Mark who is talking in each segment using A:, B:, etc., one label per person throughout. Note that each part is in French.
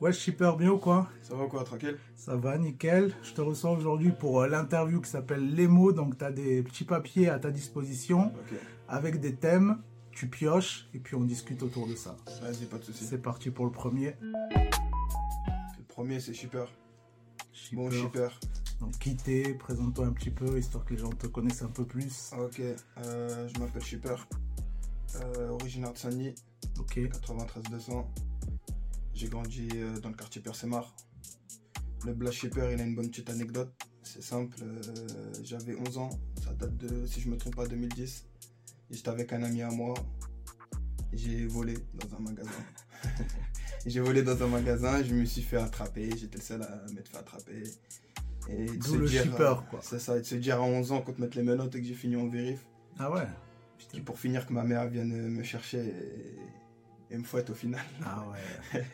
A: Ouais, shipper, bien ou quoi
B: Ça va quoi, tranquille
A: Ça va, nickel. Je te reçois aujourd'hui pour euh, l'interview qui s'appelle Les mots. Donc, tu as des petits papiers à ta disposition
B: Ok,
A: avec des thèmes. Tu pioches et puis on discute autour de ça.
B: vas-y, pas de soucis.
A: C'est parti pour le premier.
B: Le premier, c'est Shipper.
A: Shipper.
B: Bon, Shipper.
A: Donc, qui t'es Présente-toi un petit peu histoire que les gens te connaissent un peu plus.
B: Ok, euh, je m'appelle Shipper. Euh, originaire de Saint-Denis,
A: Ok,
B: 93-200. J'ai grandi euh, dans le quartier Persemar. Le Blast Shipper, il a une bonne petite anecdote. C'est simple, euh, j'avais 11 ans. Ça date de, si je me trompe pas, 2010. Et J'étais avec un ami à moi. Et J'ai volé dans un magasin. J'ai volé dans un magasin, je me suis fait attraper. J'étais le seul à m'être fait attraper. Et de
A: d'où
B: se
A: le
B: dire,
A: shipper
B: euh,
A: quoi.
B: C'est ça, et de se dire à 11 ans qu'on te mette les menottes et que j'ai fini en vérif.
A: Ah ouais
B: Puis pour finir que ma mère vienne me chercher et, et me fouette au final.
A: Ah ouais.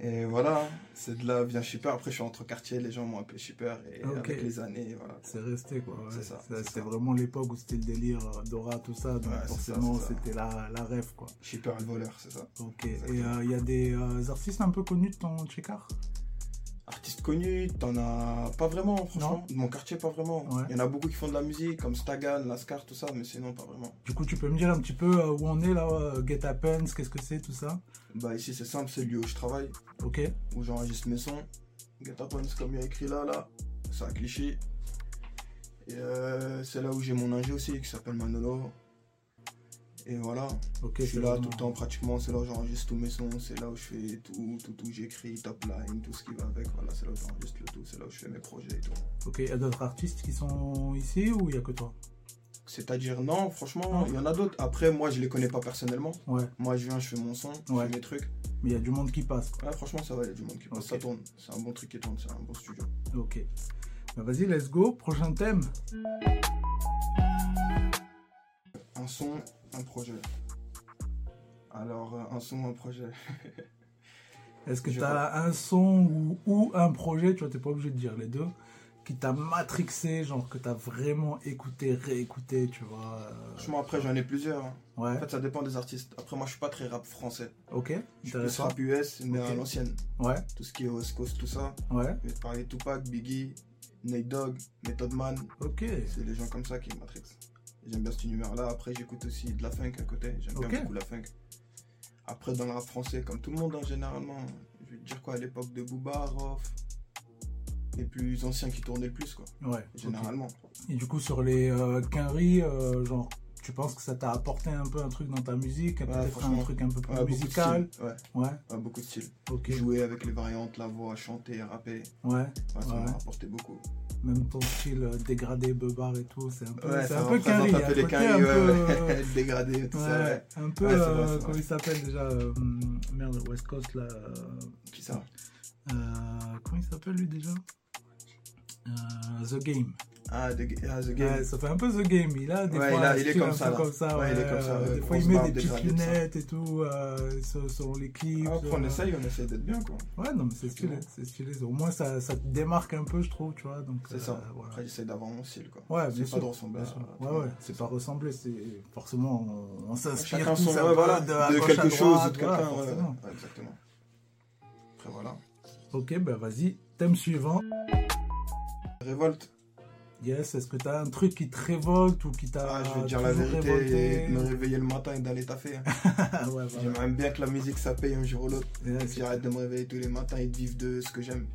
B: Et voilà, c'est de là vient Shipper. Après, je suis entre quartiers, les gens m'ont appelé Shipper. Et
A: Ah, Ok.
B: avec les années, voilà.
A: C'est resté quoi. ouais.
B: C'est ça,
A: C'est-
B: c'est
A: C'était
B: ça.
A: vraiment l'époque où c'était le délire euh, Dora, tout ça. Donc
B: Ouais, c'est ça,
A: forcément,
B: c'est ça.
A: c'était la, la rêve quoi.
B: Shipper le voleur, c'est ça.
A: Ok. Et il
B: Exactement.
A: y a des euh, artistes un peu connus de ton checkard
B: Artiste connu, t'en as pas vraiment, franchement. De mon quartier, pas vraiment.
A: Ouais.
B: Il y en a beaucoup qui font de la musique, comme Stagan, Lascar, tout ça, mais sinon, pas vraiment.
A: Du coup, tu peux me dire un petit peu euh, où on est là euh, Get Happens, qu'est-ce que c'est, tout ça
B: Bah, ici, c'est simple, c'est le lieu où je travaille,
A: Ok.
B: où j'enregistre mes sons. Get Up Once, comme il y a écrit là, là. C'est un cliché. Et euh, c'est là où j'ai mon ingé aussi, qui s'appelle Manolo. Et voilà.
A: Ok.
B: Je suis
A: c'est
B: là
A: vraiment-
B: tout le temps pratiquement, c'est là où j'enregistre tous mes sons, c'est là où je fais tout, tout, tout, j'écris, top line, tout ce qui va avec, voilà, c'est là où j'enregistre le tout, c'est là où je fais mes projets et tout.
A: Ok. Il y a d'autres artistes qui sont ici ou il y a que toi
B: C'est-à-dire, non, franchement, il y en a d'autres. Après, moi, je les connais pas personnellement.
A: Ouais.
B: Moi, je viens, je fais mon son, je
A: Ouais.
B: fais mes trucs.
A: Mais il y a du monde qui passe. Quoi.
B: Ouais, franchement, ça va, il y a du monde qui passe,
A: Ok.
B: ça tourne. C'est un bon truc qui tourne, c'est un bon studio.
A: Ok. Bah, vas-y, let's go. Prochain thème.
B: Un son, un projet. Alors, euh, un son, un projet.
A: Est-ce que
B: Je
A: tu as un son ou, ou un projet, tu vois, t'es pas obligé de dire les deux, qui t'a matrixé, genre que t'as vraiment écouté, réécouté, tu vois euh,
B: Franchement, après, j'en ai plusieurs. hein. En
A: Ouais,
B: fait, ça dépend des artistes. Après, moi, je suis pas très rap français.
A: ok,
B: Je suis plus
A: intéressant.
B: rap US, mais
A: Ok.
B: à l'ancienne.
A: Ouais,
B: Tout ce qui est West Coast, tout ça.
A: ouais,
B: Je vais te parler de Tupac, Biggie, Nate Dogg, Method Man.
A: ok,
B: C'est les gens comme ça qui me Matrix. J'aime bien cet univers-là. Après, j'écoute aussi de la funk à côté. J'aime
A: Ok.
B: bien beaucoup la funk. Après, dans le rap français, comme tout le monde, hein, généralement, je vais te dire quoi, à l'époque de Booba, Rof, les plus anciens qui tournaient le plus, quoi,
A: ouais. ok.
B: généralement.
A: Et du coup, sur les euh, quinries, euh, genre, tu penses que ça t'a apporté un peu un truc dans ta musique, peut-être un
B: franchement.
A: truc un peu plus
B: Ouais, beaucoup de
A: musical
B: style. Ouais,
A: Ouais,
B: ouais, beaucoup de style.
A: ok,
B: Jouer avec les variantes, la voix, chanter, rapper,
A: ouais.
B: ouais, ça
A: Ouais.
B: m'a apporté beaucoup.
A: Même ton style euh, dégradé, beubard et tout, c'est un peu,
B: Ouais,
A: c'est
B: ça
A: un peu
B: représente
A: quinry, il y a
B: un
A: un
B: peu les
A: côté
B: quinries,
A: un peu, euh,
B: ouais, ouais. dégradé, tout ça, ouais.
A: Ouais, un peu,
B: Ouais, c'est vrai,
A: euh,
B: c'est vrai.
A: comment il s'appelle déjà euh, hum, Merde, West Coast là. euh,
B: Qui ça
A: euh, comment il s'appelle lui déjà Euh, The Game.
B: Ah, The, Ga- ah, The Game.
A: Ouais, ça fait un peu The Game. Il a des
B: Ouais,
A: fois
B: il a-
A: un
B: il est
A: style
B: comme
A: un
B: ça,
A: peu
B: là.
A: comme ça.
B: Ouais, il est comme ça,
A: euh,
B: ouais,
A: des fois, il
B: grosse
A: met
B: barbe
A: des petites
B: dégradée, tout ça.
A: lunettes et tout, euh, se- selon les clips.
B: Ah, après, on
A: euh,
B: essaye, on essaye d'être bien, quoi.
A: Ouais, non, mais c'est stylé. C'est stylé. Au moins, ça, ça te démarque un peu, je trouve, tu vois. donc,
B: C'est
A: euh,
B: ça.
A: voilà.
B: Après, j'essaie d'avoir mon style, quoi.
A: Ouais, Ah, bien
B: c'est pas de
A: sûr.
B: ressembler à ça.
A: Ouais, ouais, c'est pas ressembler, c'est forcément on, on s'inspire
B: Chacun
A: tous
B: son,
A: un
B: ouais,
A: peu
B: voilà,
A: de, à
B: de,
A: gauche, à
B: quelque chose ou
A: droite,
B: de
A: voilà,
B: quelqu'un. ouais,
A: forcément.
B: ouais, exactement. Après, voilà.
A: Ok, ben vas-y, thème suivant.
B: Révolte.
A: Yes, est-ce que t'as un truc qui te révolte ou qui t'a.
B: Ah, je vais te dire la
A: toujours
B: vérité,
A: révolté
B: de me réveiller le matin et d'aller taffer. hein.
A: Ah, ouais, voilà.
B: J'aimerais bien que la musique, ça paye un jour ou l'autre.
A: Ouais,
B: Si J'arrête de me réveiller tous les matins et de vivre de ce que j'aime.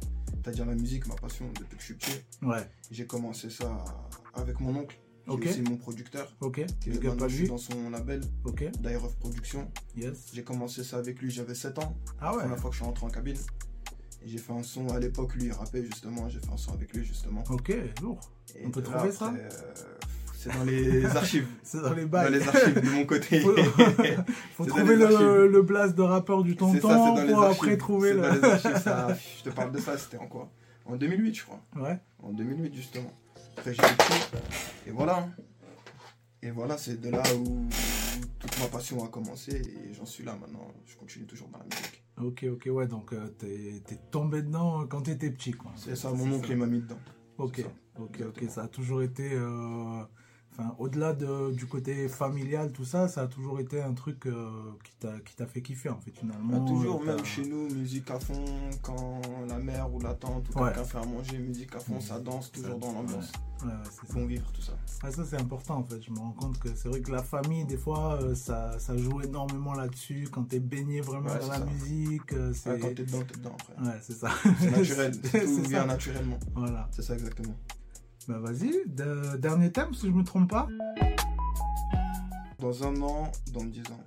B: C'est-à-dire la musique, ma passion, depuis que je suis petit.
A: Ouais,
B: J'ai commencé ça avec mon oncle, qui
A: Ok.
B: est aussi mon producteur.
A: ok.
B: qui
A: Big up
B: maintenant,
A: à
B: je suis
A: lui.
B: dans son label,
A: Ok,
B: Dire of Production.
A: yes.
B: J'ai commencé ça avec lui, j'avais 7 ans.
A: Ah ouais,
B: La première fois que je suis rentré en cabine. Et j'ai fait un son à l'époque, lui, il rappait justement, j'ai fait un son avec lui justement.
A: ok, lourd.
B: Et
A: On peut
B: de là,
A: trouver ça
B: après, euh, C'est dans les archives.
A: C'est dans les
B: dans
A: bails.
B: les archives de mon côté.
A: Faut- Faut
B: C'est dans
A: trouver
B: les
A: le,
B: archives.
A: le blast de rappeur du
B: c'est ça, c'est
A: tonton
B: dans les
A: pour
B: archives.
A: après trouver
B: C'est
A: le.
B: dans les archives, ça. Je te parle de ça, c'était en quoi En 2008, je crois.
A: Ouais,
B: En 2008, justement. Après, j'ai écrit. Et voilà. Et voilà, c'est de là où toute ma passion a commencé. Et j'en suis là maintenant. Je continue toujours dans la musique.
A: ok, ok, ouais, donc euh, t'es t'es tombé dedans euh, quand t'étais petit, quoi.
B: C'est ça, mon oncle, il m'a mis dedans.
A: Ok,
B: C'est ça.
A: ok, ok,
B: Exactement.
A: ça a toujours été. euh, Enfin, au-delà de, du côté familial, tout ça, ça a toujours été un truc euh, qui t'a- qui t'a fait kiffer, en fait,
B: Bah,
A: finalement.
B: toujours,
A: Euh,
B: même
A: t'as-
B: chez nous, musique à fond, quand la mère ou la tante ou
A: Ouais.
B: quelqu'un fait à manger, musique à fond, ça danse toujours dans l'ambiance.
A: Ouais, ouais, c'est ça.
B: Bon vivre, tout ça.
A: Ah, ça, c'est important, en fait. Je me rends compte que c'est vrai que la famille, des fois, euh, ça, ça joue énormément là-dessus. Quand t'es baigné vraiment
B: Ouais,
A: dans
B: c'est
A: la
B: ça.
A: musique, euh, c'est...
B: Ouais, Ah, quand t'es dedans, t'es dedans après.
A: Ouais, c'est ça.
B: C'est naturel,
A: C'est-
B: tout
A: c'est
B: vient
A: ça.
B: naturellement.
A: Voilà.
B: C'est ça exactement.
A: Bah vas-y, de- dernier thème si je me trompe pas.
B: Dans un an, dans dix ans.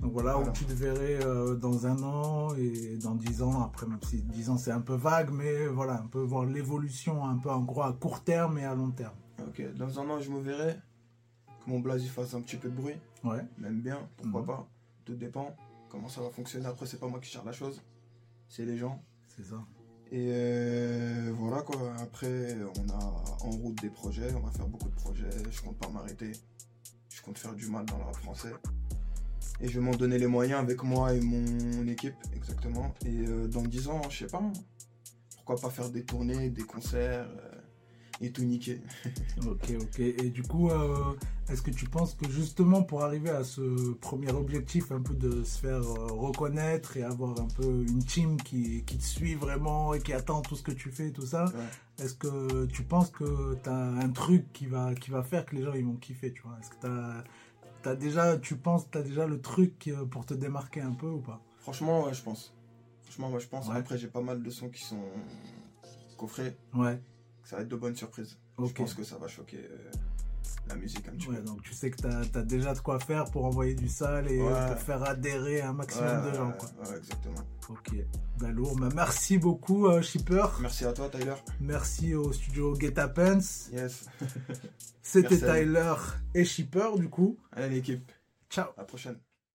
A: Donc voilà,
B: Voilà.
A: où tu te verrais euh, dans un an et dans dix ans, après même si dix ans c'est un peu vague, mais voilà, un peu voir l'évolution un peu en gros à court terme et à long terme.
B: Ok, dans un an, je me verrai que mon blaze il fasse un petit peu de bruit,
A: Ouais,
B: même bien, pourquoi
A: Mhm.
B: pas. Tout dépend comment ça va fonctionner. Après, c'est pas moi qui gère la chose, c'est les gens.
A: c'est ça.
B: Et euh, voilà quoi, après on a en route des projets, on va faire beaucoup de projets, je compte pas m'arrêter, je compte faire du mal dans le rap français. Et je vais m'en donner les moyens avec moi et mon équipe, exactement. Et euh, dans 10 ans, je sais pas, hein, pourquoi pas faire des tournées, des concerts euh, et tout niquer.
A: Ok, ok. Et du coup, euh, est-ce que tu penses que justement pour arriver à ce premier objectif, un peu de se faire euh, reconnaître et avoir un peu une team qui, qui te suit vraiment et qui attend tout ce que tu fais, tout ça,
B: Ouais.
A: est-ce que tu penses que tu as un truc qui va, qui va faire que les gens ils vont kiffer, tu vois Est-ce que tu as, déjà, tu penses, tu as déjà le truc euh, pour te démarquer un peu ou pas
B: Franchement, ouais, je pense. Franchement, moi je pense.
A: Ouais.
B: Après, j'ai pas mal de sons qui sont coffrés,
A: Ouais,
B: ça va être de bonnes surprises.
A: ok.
B: Je pense que ça va choquer euh, la musique un petit peu.
A: Ouais, donc tu sais que tu as, déjà de quoi faire pour envoyer du sale et
B: Ouais.
A: euh, pour faire adhérer un maximum
B: Ouais,
A: de gens,
B: ouais,
A: quoi.
B: ouais, exactement.
A: Ok, bah lourd. Bah, merci beaucoup, euh, Shipper.
B: Merci à toi, Tyler.
A: Merci au studio Get Happens.
B: Yes.
A: C'était
B: Merci à vous.
A: Tyler et Shipper, du coup.
B: Allez, l'équipe.
A: Ciao.
B: À la prochaine.